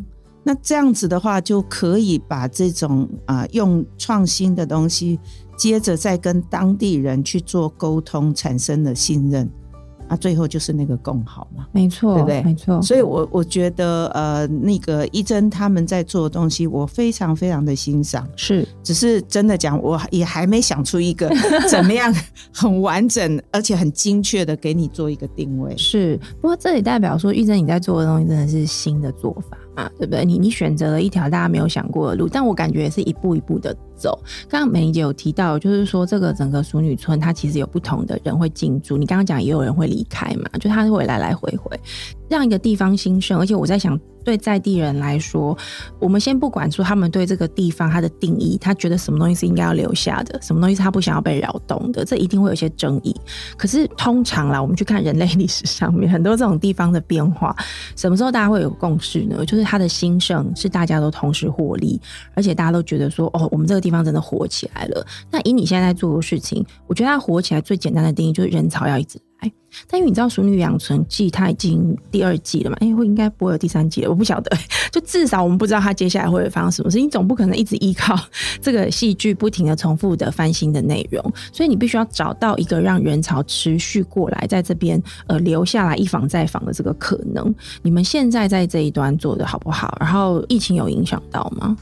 Speaker 4: 那这样子的话，就可以把这种啊、用创新的东西，接着再跟当地人去做沟通，产生了信任，啊，最后就是那个共好嘛。
Speaker 1: 没错，
Speaker 4: 对不对
Speaker 1: 没错，
Speaker 4: 所以我，我觉得呃，那个一真他们在做的东西，我非常非常的欣赏。
Speaker 1: 是
Speaker 4: 只是真的讲，我也还没想出一个怎么样很完整而且很精确的给你做一个定位。
Speaker 1: 是，不过这也代表说，玉珍你在做的东西真的是新的做法嘛，对不对？你你选择了一条大家没有想过的路，但我感觉也是一步一步的走。刚刚美玲姐有提到，就是说这个整个熟女村，它其实有不同的人会进驻，你刚刚讲也有人会离开嘛，就它会来来回回，让一个地方兴盛。而且我在想，对在地人来说，我们先不管说他们对这个地方它的定义，他觉得什么东西是应该要留下的，什么东西是他不想要被扰动的，这一定会有一些争议。可是通常啦，我们去看人类历史上面很多这种地方的变化，什么时候大家会有共识呢？就是它的兴盛是大家都同时获利，而且大家都觉得说，哦，我们这个地方真的火起来了。那以你现在在做的事情，我觉得它火起来最简单的定义就是人潮要一直来。但因为你知道《熟女养成记》它已经第二季了嘛，因哎为会应该不会有第三季了，我不晓得。 就至少我们不知道它接下来会发生什么事情，你总不可能一直依靠这个戏剧不停的重复的翻新的内容，所以你必须要找到一个让人潮持续过来，在这边呃留下来一访再访的这个可能。你们现在在这一端做的好不好？然后疫情有影响到吗？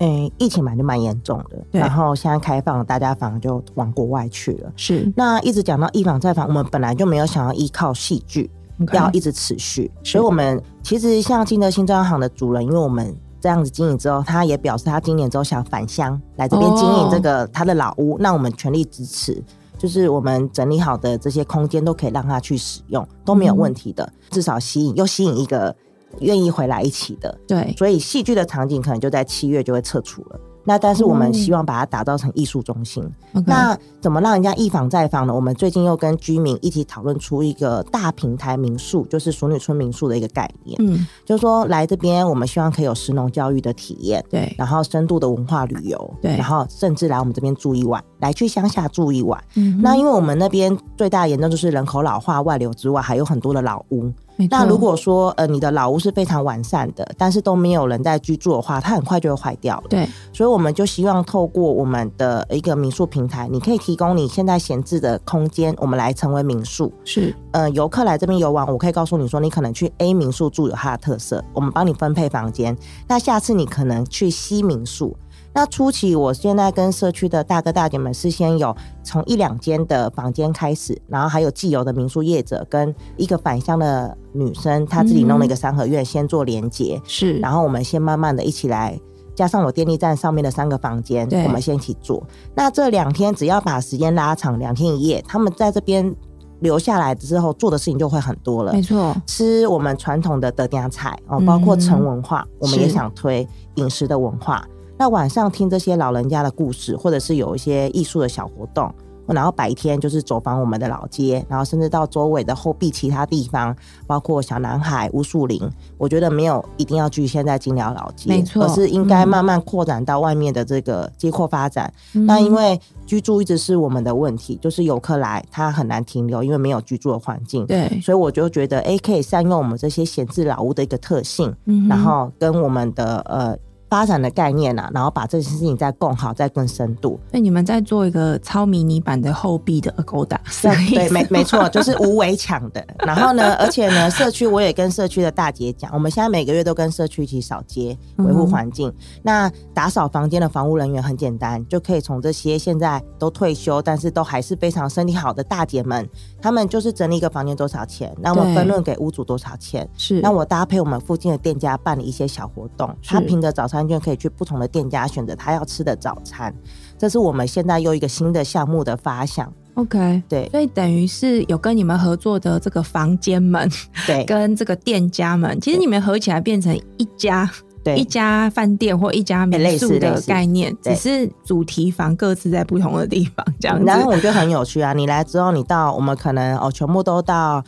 Speaker 3: 嗯，疫情本来就蛮严重的，
Speaker 1: 对
Speaker 3: 然后现在开放，大家反而就往国外去了。
Speaker 1: 是
Speaker 3: 那一直讲到一访再访，我们本来就没有想要依靠戏剧，要一直持续，所以我们其实像金德新中央行的主人，因为我们这样子经营之后，他也表示他今年之后想返乡来这边经营这个他的老屋，那我们全力支持。就是我们整理好的这些空间都可以让他去使用，都没有问题的，至少吸引又吸引一个愿意回来一起的，
Speaker 1: 对
Speaker 3: 所以戏剧的场景可能就在七月就会撤除了。那但是我们希望把它打造成艺术中心，
Speaker 1: ，OK，
Speaker 3: 那怎么让人家一访再访呢？我们最近又跟居民一起讨论出一个大平台民宿，就是熟女村民宿的一个概念，
Speaker 1: 嗯，
Speaker 3: 就是说来这边我们希望可以有食农教育的体验。
Speaker 1: 对
Speaker 3: 然后深度的文化旅游，
Speaker 1: 对
Speaker 3: 然后甚至来我们这边住一晚，来去乡下住一晚。
Speaker 1: 嗯哼
Speaker 3: 那因为我们那边最大的严重就是人口老化、外流之外，还有很多的老屋，
Speaker 1: 没错
Speaker 3: 那如果说呃你的老屋是非常完善的，但是都没有人在居住的话，它很快就会坏掉了。
Speaker 1: 对
Speaker 3: 所以我们就希望透过我们的一个民宿平台，你可以提供你现在闲置的空间，我们来成为民宿。
Speaker 1: 是
Speaker 3: 呃，游客来这边游玩，我可以告诉你说，你可能去 A 民宿住有它的特色，我们帮你分配房间。那下次你可能去 C 民宿。那初期，我现在跟社区的大哥大姐们是先有从一两间的房间开始，然后还有既有的民宿业者跟一个返乡的女生，她自己弄了一个三合院，先做连接。
Speaker 1: 是，
Speaker 3: 然后我们先慢慢的一起来，加上我电力站上面的三个房间
Speaker 1: 对，
Speaker 3: 我们先一起做。那这两天只要把时间拉长两天一夜，他们在这边留下来之后做的事情就会很多了
Speaker 1: 没。错，
Speaker 3: 吃我们传统的德家菜哦，包括城文化，我们
Speaker 1: 嗯
Speaker 3: 也
Speaker 1: 是
Speaker 3: 想推饮食的文化。那晚上听这些老人家的故事，或者是有一些艺术的小活动，然后白天就是走访我们的老街，然后甚至到周围的后壁其他地方，包括小南海、乌树林，我觉得没有一定要局限在金寮老街，
Speaker 1: 没错
Speaker 3: 而是应该慢慢扩展到外面的这个街廓发展。
Speaker 1: 嗯
Speaker 3: 那因为居住一直是我们的问题，就是游客来他很难停留，因为没有居住的环境。
Speaker 1: 对，
Speaker 3: 所以我就觉得，哎，可以善用我们这些闲置老屋的一个特性，
Speaker 1: 嗯哼
Speaker 3: 然后跟我们的呃发展的概念啊，然后把这件事情再更好，再更深度。
Speaker 1: 所以你们在做一个超迷你版的后壁的 Agoda，是这个
Speaker 3: 对
Speaker 1: 意
Speaker 3: 对，
Speaker 1: 思
Speaker 3: 没
Speaker 1: 吗
Speaker 3: 没错，就是无围墙的。然后呢，而且呢，社区我也跟社区的大姐讲，我们现在每个月都跟社区一起扫街，维护
Speaker 1: 嗯哼
Speaker 3: 环境。那打扫房间的房屋人员很简单，就可以从这些现在都退休，但是都还是非常身体好的大姐们，她们就是整理一个房间多少钱，那我们
Speaker 1: 对
Speaker 3: 分论给屋主多少钱。
Speaker 1: 是
Speaker 3: 那我搭配我们附近的店家办理一些小活动，
Speaker 1: 是
Speaker 3: 他凭着早餐券可以去不同的店家选择他要吃的早餐。这是我们现在又一个新的项目的发想，
Speaker 1: OK，
Speaker 3: 对
Speaker 1: 所以等于是有跟你们合作的这个房间们
Speaker 3: 对
Speaker 1: 跟这个店家们，其实你们合起来变成一家一
Speaker 3: 对
Speaker 1: 家饭店或一家
Speaker 3: 哎
Speaker 1: 民
Speaker 3: 类似
Speaker 1: 宿的
Speaker 3: 类似
Speaker 1: 概念，只
Speaker 3: 对
Speaker 1: 是主题房各自在不同的地方这样
Speaker 3: 然后
Speaker 1: 子。
Speaker 3: 我觉得很有趣啊！你来之后，你到我们可能哦，全部都到。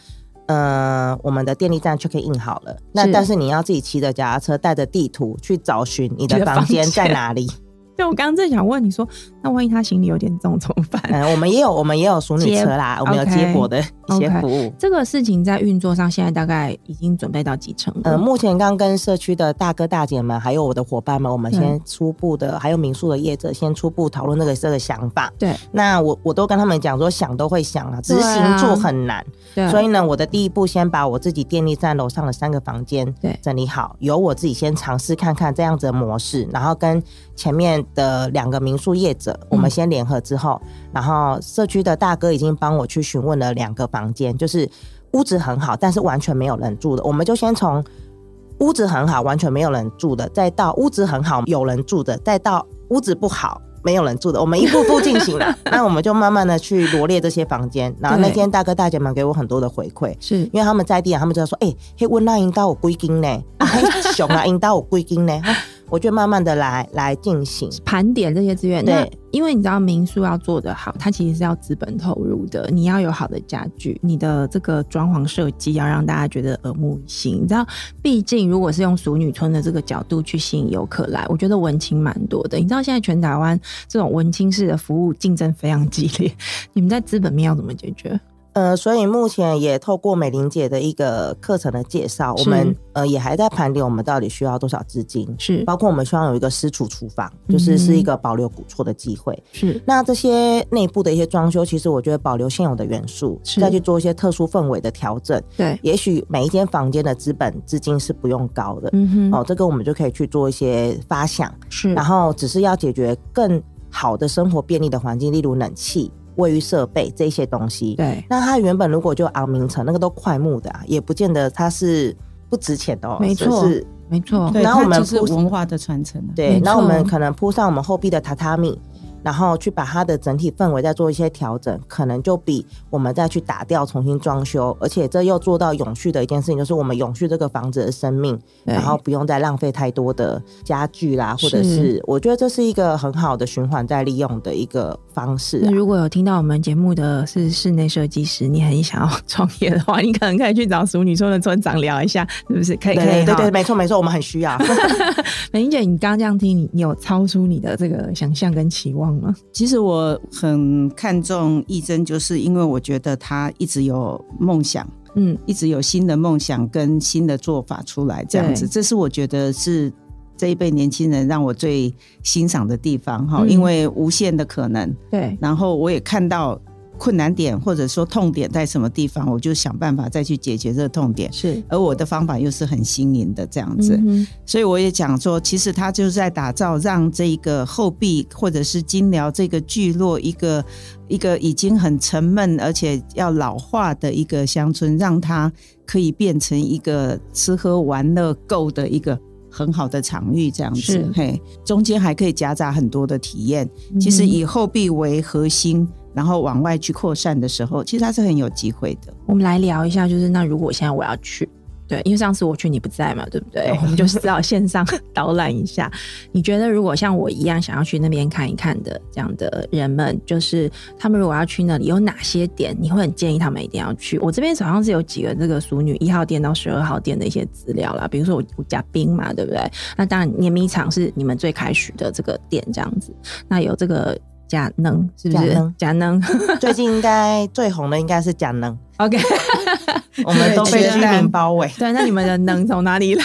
Speaker 3: 嗯、我们的电力站 check in 好了，那
Speaker 1: 是
Speaker 3: 但是你要自己骑着脚踏车，带着地图去找寻你
Speaker 1: 你
Speaker 3: 的
Speaker 1: 的
Speaker 3: 房间
Speaker 1: 房间
Speaker 3: 在哪里。
Speaker 1: 对，我刚刚正想问你说，那万一他行李有点重怎么办？
Speaker 3: 嗯，我们也有我们也有熟女
Speaker 1: 接
Speaker 3: 车啦，我们有
Speaker 1: OK
Speaker 3: 接驳的一些
Speaker 1: OK
Speaker 3: 服务。
Speaker 1: 这个事情在运作上现在大概已经准备到几成了？
Speaker 3: 呃，目前刚跟社区的大哥大姐们，还有我的伙伴们，我
Speaker 1: 嗯
Speaker 3: 们先初步的，还有民宿的业者，先初步讨论这个这个想法。
Speaker 1: 对
Speaker 3: 那我我都跟他们讲说，想都会想啊，执
Speaker 1: 对啊
Speaker 3: 行做很难。
Speaker 1: 对，
Speaker 3: 所以呢，我的第一步先把我自己电力站楼上的三个房间
Speaker 1: 对
Speaker 3: 整理好，由我自己先尝试看看这样子的模式，然后跟前面的两个民宿业者，我
Speaker 1: 嗯
Speaker 3: 们先联合之后，然后社区的大哥已经帮我去询问了两个房间，就是屋子很好，但是完全没有人住的，我们就先从。屋子很好，完全没有人住的，再到屋子很好有人住的，再到屋子不好没有人住的，我们一步步进行了。那我们就慢慢的去罗列这些房间，然后那
Speaker 1: 对
Speaker 3: 天大哥大姐们给我很多的回馈。
Speaker 1: 是
Speaker 3: 因为他们在地人，他们就说：“哎、嘿，温娜引导我归根呢，啊嘿，熊啊引导我归根呢。啊”我就慢慢的来来进行。
Speaker 1: 盘点这些资源。
Speaker 3: 对
Speaker 1: 那因为你知道民宿要做得好，它其实是要资本投入的，你要有好的家具，你的这个装潢设计要让大家觉得呃耳目一新。你知道，毕竟如果是用熟女村的这个角度去吸引游客来，我觉得文青蛮多的。你知道现在全台湾这种文青式的服务竞争非常激烈， 你们在资本面要怎么解决？
Speaker 3: 呃，所以目前也透过美玲姐的一个课程的介绍，我
Speaker 1: 是
Speaker 3: 们呃也还在盘点我们到底需要多少资金，
Speaker 1: 是
Speaker 3: 包括我们希望有一个私厨厨房，
Speaker 1: 嗯
Speaker 3: 就是是一个保留古厝的机会。
Speaker 1: 是
Speaker 3: 那这些内部的一些装修，其实我觉得保留现有的元素，
Speaker 1: 是
Speaker 3: 再去做一些特殊氛围的调整。
Speaker 1: 对，
Speaker 3: 也许每一间房间的资本资金是不用高的，
Speaker 1: 嗯哼，
Speaker 3: 哦，这个我们就可以去做一些发想，
Speaker 1: 是
Speaker 3: 然后只是要解决更好的生活便利的环境，例如冷气、卫浴设备这些东西。
Speaker 1: 对，
Speaker 3: 那它原本如果就昂名城那个都快木的、啊，也不见得它是不值钱的哦，
Speaker 1: 没错
Speaker 3: 只是
Speaker 1: 没错，
Speaker 4: 对，
Speaker 3: 然后
Speaker 4: 它
Speaker 3: 我们
Speaker 4: 就是
Speaker 3: 不
Speaker 4: 文化的传承啊。
Speaker 1: 没
Speaker 3: 对，那我们
Speaker 1: 错
Speaker 3: 可能铺上我们后壁的榻榻米，然后去把它的整体氛围再做一些调整，可能就比我们再去打掉重新装修，而且这又做到永续的一件事情，就是我们永续这个房子的生命，
Speaker 1: 对
Speaker 3: 然后不用再浪费太多的家具啦，或者
Speaker 1: 是
Speaker 3: 是我觉得这是一个很好的循环再利用的一个方式、
Speaker 1: 那
Speaker 3: 啊。
Speaker 1: 如果有听到我们节目的是室内设计师，你很想要创业的话，你可能可以去找熟女村的村长聊一下，是不是？可以，
Speaker 3: 对
Speaker 1: 可以，
Speaker 3: 对对
Speaker 1: 哈
Speaker 3: 对，。没错没错，我们很需要。
Speaker 1: 美玲姐，你刚刚这样听，你你有超出你的这个想象跟期望吗？
Speaker 4: 其实我很看重义珍，就是因为我觉得他一直有梦想，
Speaker 1: 嗯，
Speaker 4: 一直有新的梦想跟新的做法出来，这样子，
Speaker 1: 对
Speaker 4: 这是我觉得是这一辈年轻人让我最欣赏的地方哈，
Speaker 1: 嗯
Speaker 4: 因为无限的可能，
Speaker 1: 对，
Speaker 4: 然后我也看到困难点或者说痛点在什么地方，我就想办法再去解决这个痛点，
Speaker 1: 是
Speaker 4: 而我的方法又是很新颖的这样子，
Speaker 1: 嗯哼
Speaker 4: 所以我也讲说，其实他就是在打造让这一个后壁或者是金寮这个聚落一个一个已经很沉闷而且要老化的一个乡村，让它可以变成一个吃喝玩乐购的一个。很好的场域这样子
Speaker 1: 是，
Speaker 4: 嘿，中间还可以夹杂很多的体验。
Speaker 1: 嗯
Speaker 4: 其实以后壁为核心，然后往外去扩散的时候，其实它是很有机会的。
Speaker 1: 我们来聊一下，就是那如果现在我要去，对，因为上次我去你不在嘛，对不对？我们就是要线上导览一下。你觉得如果像我一样想要去那边看一看的这样的人们，就是他们如果要去那里，有哪些点你会很建议他们一定要去？我这边手上是有几个这个熟女一号店到十二号店的一些资料啦，比如说我我加冰嘛，对不对？那当然碾米厂是你们最开始的这个店这样子，那有这个。假能是不
Speaker 3: 假能
Speaker 1: 是？假能
Speaker 3: 最近应该最红的应该是贾能，
Speaker 1: ，OK，
Speaker 3: 我们都被
Speaker 4: 对
Speaker 3: 居民包围。
Speaker 1: 对，那你们的能从哪里 来？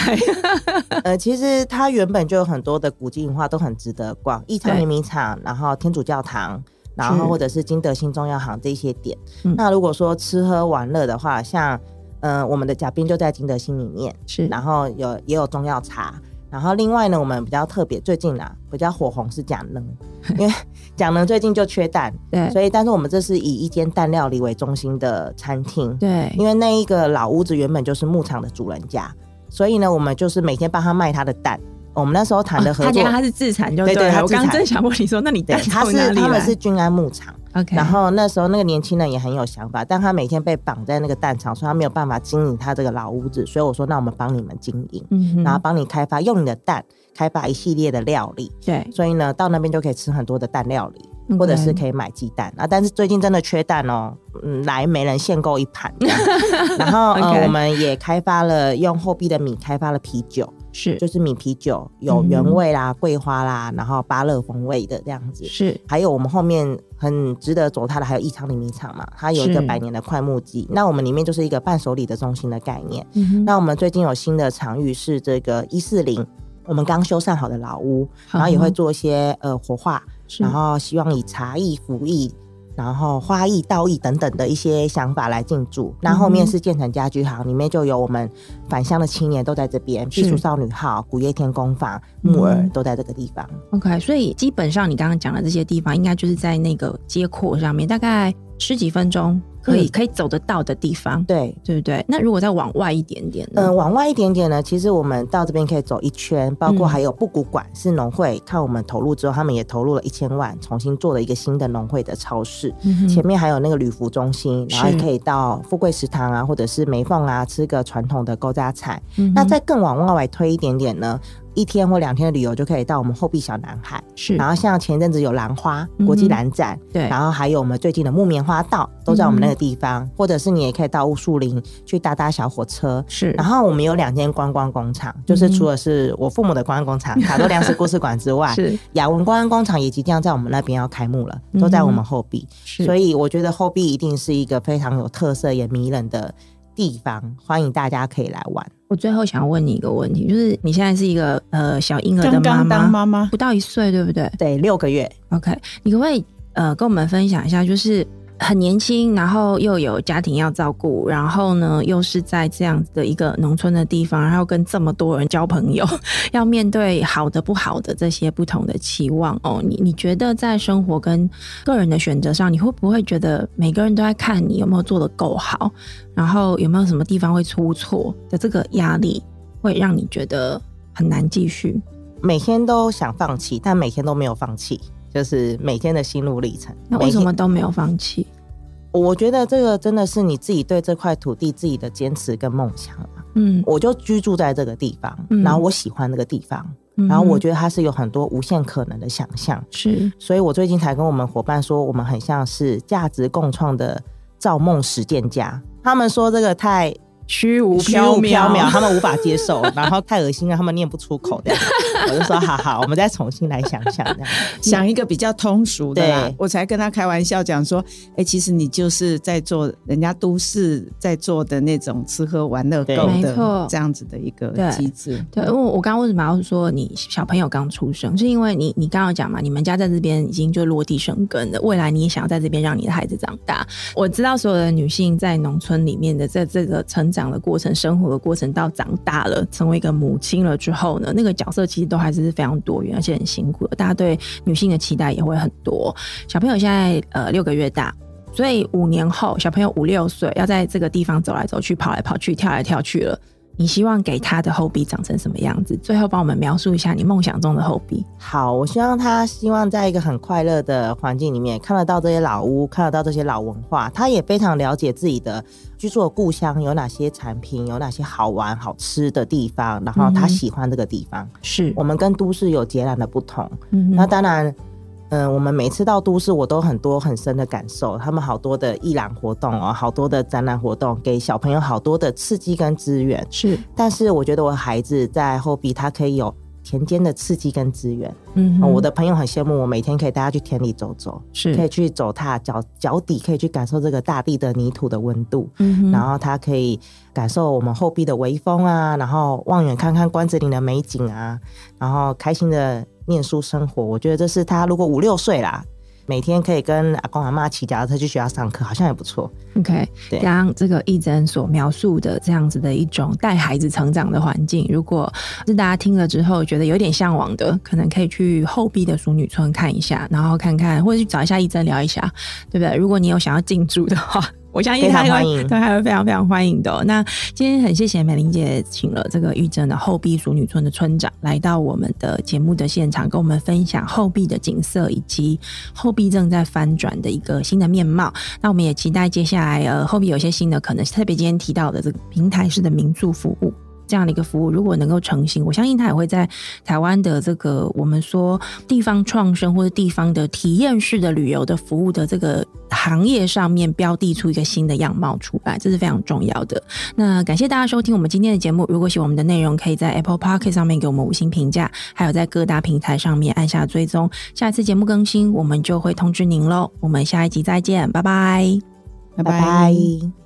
Speaker 3: 呃，其实它原本就有很多的古迹文化都很值得逛，义泰
Speaker 1: 对
Speaker 3: 碾米厂，然后天主教堂，然后或者是金德新中药行这些点。
Speaker 1: 嗯
Speaker 3: 那如果说吃喝玩乐的话，像呃我们的甲宾就在金德新里面，
Speaker 1: 是
Speaker 3: 然后有也有中药茶。然后另外呢，我们比较特别，最近啊比较火红是甲 能，因为甲能最近就缺蛋，
Speaker 1: 对
Speaker 3: 所以但是我们这是以一间蛋料理为中心的餐厅，
Speaker 1: 对
Speaker 3: 因为那一个老屋子原本就是牧场的主人家，所以呢，我们就是每天帮他卖他的蛋。我们那时候谈的
Speaker 1: 哦
Speaker 3: 合
Speaker 1: 啊他
Speaker 3: 作，
Speaker 1: 讲他是自产就
Speaker 3: 对对
Speaker 1: 了
Speaker 3: 他
Speaker 1: 我
Speaker 3: 自
Speaker 1: 刚刚
Speaker 3: 产
Speaker 1: 正想问你说，那你
Speaker 3: 对
Speaker 1: 蛋，
Speaker 3: 他
Speaker 1: 从哪
Speaker 3: 是
Speaker 1: 里
Speaker 3: 他们
Speaker 1: 来
Speaker 3: 是均安牧场。
Speaker 1: OK，
Speaker 3: 然后那时候那个年轻人也很有想法，但他每天被绑在那个蛋场，所以他没有办法经营他这个老屋子。所以我说，那我们帮你们经营，
Speaker 1: 嗯哼，
Speaker 3: 然后帮你开发，用你的蛋开发一系列的料理。
Speaker 1: 对，
Speaker 3: 所以呢，到那边就可以吃很多的蛋料理。
Speaker 1: 嗯
Speaker 3: 或者是可以买鸡蛋啊，但是最近真的缺蛋哦，嗯，来每人限购一 盘这样。然后呃
Speaker 1: OK，
Speaker 3: 我们也开发了用后壁的米开发了啤酒，
Speaker 1: 是
Speaker 3: 就是米啤酒有
Speaker 1: 嗯
Speaker 3: 原味啦、桂花啦，然后芭乐风味的这样子。
Speaker 1: 是
Speaker 3: 还有我们后面很值得走它的，还有异常的米厂嘛，它有一个
Speaker 1: 是
Speaker 3: 百年的快木机。那我们里面就是一个伴手礼的中心的概念。
Speaker 1: 嗯哼
Speaker 3: 那我们最近有新的场域是这个一四零，我们刚修缮好的老
Speaker 1: 嗯
Speaker 3: 屋，然后也会做一些呃活化，
Speaker 1: 是
Speaker 3: 然后希望以茶艺、服艺，然后花艺、道艺等等的一些想法来进驻。那后
Speaker 1: 嗯
Speaker 3: 面是建成家居行，里面就有我们返乡的青年都在这边，
Speaker 1: 是
Speaker 3: 避暑少女号、古月天工坊、木
Speaker 1: 嗯
Speaker 3: 耳都在这个地方。
Speaker 1: OK，所以基本上你刚刚讲的这些地方，应该就是在那个街廓上面，大概十几分钟可以
Speaker 3: 嗯
Speaker 1: 可以走得到的地方，
Speaker 3: 对，
Speaker 1: 对不对？那如果再往外一点点
Speaker 3: 嗯、
Speaker 1: 呢？
Speaker 3: 往外一点点呢，其实我们到这边可以走一圈，包括
Speaker 1: 嗯
Speaker 3: 还有布谷馆是农会，看我们投入之后，他们也投入了一千万，重新做了一个新的农会的超市。
Speaker 1: 嗯哼
Speaker 3: 前面还有那个旅服中心，然后
Speaker 1: 是
Speaker 3: 也可以到富贵食堂啊，或者是梅凤啊，吃个传统的勾扎菜。
Speaker 1: 嗯哼
Speaker 3: 那再更往外推一点点呢，一天或两天的旅游就可以到我们后壁小南海。
Speaker 1: 是
Speaker 3: 然后像前阵子有兰花
Speaker 1: 嗯嗯哼
Speaker 3: 国际兰展，
Speaker 1: 对嗯
Speaker 3: 然后还有我们最近的木棉花道，都在我们那个地方。或者是你也可以到雾树林去搭搭小火车。
Speaker 1: 是，，
Speaker 3: 然后我们有两间观光工厂，就是除了是我父母的观光工厂、卡多粮食故事馆之外
Speaker 1: 是
Speaker 3: 雅文观光工厂也即将在我们那边要开幕了，都在我
Speaker 1: 嗯
Speaker 3: 们后壁。
Speaker 1: 是，
Speaker 3: 所以我觉得后壁一定是一个非常有特色也迷人的地方，欢迎大家可以来玩。
Speaker 1: 我最后想问你一个问题，就是你现在是一个呃小婴儿的妈
Speaker 4: 刚刚当
Speaker 1: 妈，
Speaker 4: 妈妈，
Speaker 1: 不到一岁，对不对？
Speaker 3: 对，六个月，
Speaker 1: OK，你可不可以呃跟我们分享一下，就是很年轻，然后又有家庭要照顾，然后呢又是在这样的一个农村的地方，然后跟这么多人交朋友， 要面对好的不好的这些不同的期望哦。你你觉得在生活跟个人的选择上，你会不会觉得每个人都在看你有没有做的够好，然后有没有什么地方会出错的这个压力，会让你觉得很难继续？
Speaker 3: 每天都想放弃，但每天都没有放弃，就是每天的心路历程。
Speaker 1: 那为什
Speaker 3: 每
Speaker 1: 么
Speaker 3: 天？
Speaker 1: 都没有放弃？
Speaker 3: 我觉得这个真的是你自己对这块土地自己的坚持跟梦想啊
Speaker 1: 嗯，
Speaker 3: 我就居住在这个地方
Speaker 1: 嗯，
Speaker 3: 然后我喜欢这个地方，然后我
Speaker 1: 嗯
Speaker 3: 觉得它是有很多无限可能的想象。
Speaker 1: 是
Speaker 3: 所以我最近才跟我们伙伴说，我们很像是价值共创的造梦实践家。他们说这个太
Speaker 1: 虚无
Speaker 3: 虚
Speaker 1: 缥
Speaker 3: 无缥缈，
Speaker 1: 缈。
Speaker 3: 他们无法接受，然后太恶心了，他们念不出口的。 我就说好好，我们再重新来想想这样。
Speaker 4: 想一个比较通俗的啦
Speaker 3: 对，
Speaker 4: 我才跟他开玩笑讲说，哎、其实你就是在做人家都市在做的那种吃喝玩乐
Speaker 3: 对
Speaker 4: 购
Speaker 1: 没错
Speaker 4: 的这样子的一个
Speaker 1: 对
Speaker 4: 机制。
Speaker 1: 对，因为我刚刚为什么要说你小朋友刚出生，是因为你你刚刚有讲嘛，你们家在这边已经就落地生根了，未来你也想要在这边让你的孩子长大。我知道所有的女性在农村里面的在这个成长的过程、生活的过程，到长大了成为一个母亲了之后呢，那个角色其实都还是非常多元，而且很辛苦的。大家对女性的期待也会很多。小朋友现在呃六个月大，所以五年后，小朋友五六岁，要在这个地方走来走去、跑来跑去、跳来跳去了。你希望给他的后壁长成什么样子？最后帮我们描述一下你梦想中的后壁。
Speaker 3: 好，我希望他希望在一个很快乐的环境里面看得到这些老屋，看得到这些老文化，他也非常了解自己的居住的故乡有哪些产品，有哪些好玩好吃的地方，然后
Speaker 1: 嗯
Speaker 3: 他
Speaker 1: 哼
Speaker 3: 喜欢这个地方。
Speaker 1: 是
Speaker 3: 我，们跟都市有截然的不同。
Speaker 1: 嗯
Speaker 3: 那当然，嗯、我们每次到都市，我都很多很深的感受。他们好多的艺览活动哦，好多的展览活动，给小朋友好多的刺激跟资源。
Speaker 1: 是，
Speaker 3: 但是我觉得我孩子在后壁，他可以有田间的刺激跟资源。
Speaker 1: 嗯
Speaker 3: 哦
Speaker 1: 哼
Speaker 3: 我的朋友很羡慕我，每天可以带他去田里走走，可以
Speaker 1: 是，
Speaker 3: 去走踏脚脚底，可以去感受这个大地的泥土的温度。
Speaker 1: 嗯哼
Speaker 3: 然后他可以感受我们后壁的微风啊，然后望远看看关子岭的美景啊，然后开心的念书生活。我觉得这是他如果五六岁啦，每天可以跟阿公阿妈骑脚踏车去学校上课，好像也不错。
Speaker 1: OK，
Speaker 3: 对
Speaker 1: 刚刚这个义珍所描述的这样子的一种带孩子成长的环境，如果是大家听了之后觉得有点向往的，可能可以去后壁的淑女村看一下，然后看看，或者去找一下义珍聊一下，对不对？如果你有想要进驻的话。我相信
Speaker 3: 非
Speaker 1: 他
Speaker 3: 常
Speaker 1: 会
Speaker 3: 欢迎
Speaker 1: 对，他会非常非常欢迎的哦、那今天很谢谢美玲姐，请了这个玉珍的后壁淑女村的村长来到我们的节目的现场，跟我们分享后壁的景色以及后壁正在翻转的一个新的面貌。那我们也期待接下来呃后面有一些新的可能，特别今天提到的这个平台式的民宿服务。这样的一个服务，如果能够成型，我相信它也会在台湾的这个我们说地方创生或者地方的体验式的旅游的服务的这个行业上面标定出一个新的样貌出来，这是非常重要的。那感谢大家收听我们今天的节目。如果喜欢我们的内容，可以在 Apple p o c k e t 上面给我们五星评价，还有在各大平台上面按下追踪。下一次节目更新，我们就会通知您喽。我们下一集再见，拜拜。
Speaker 4: 拜
Speaker 3: 拜
Speaker 4: 拜。
Speaker 3: 拜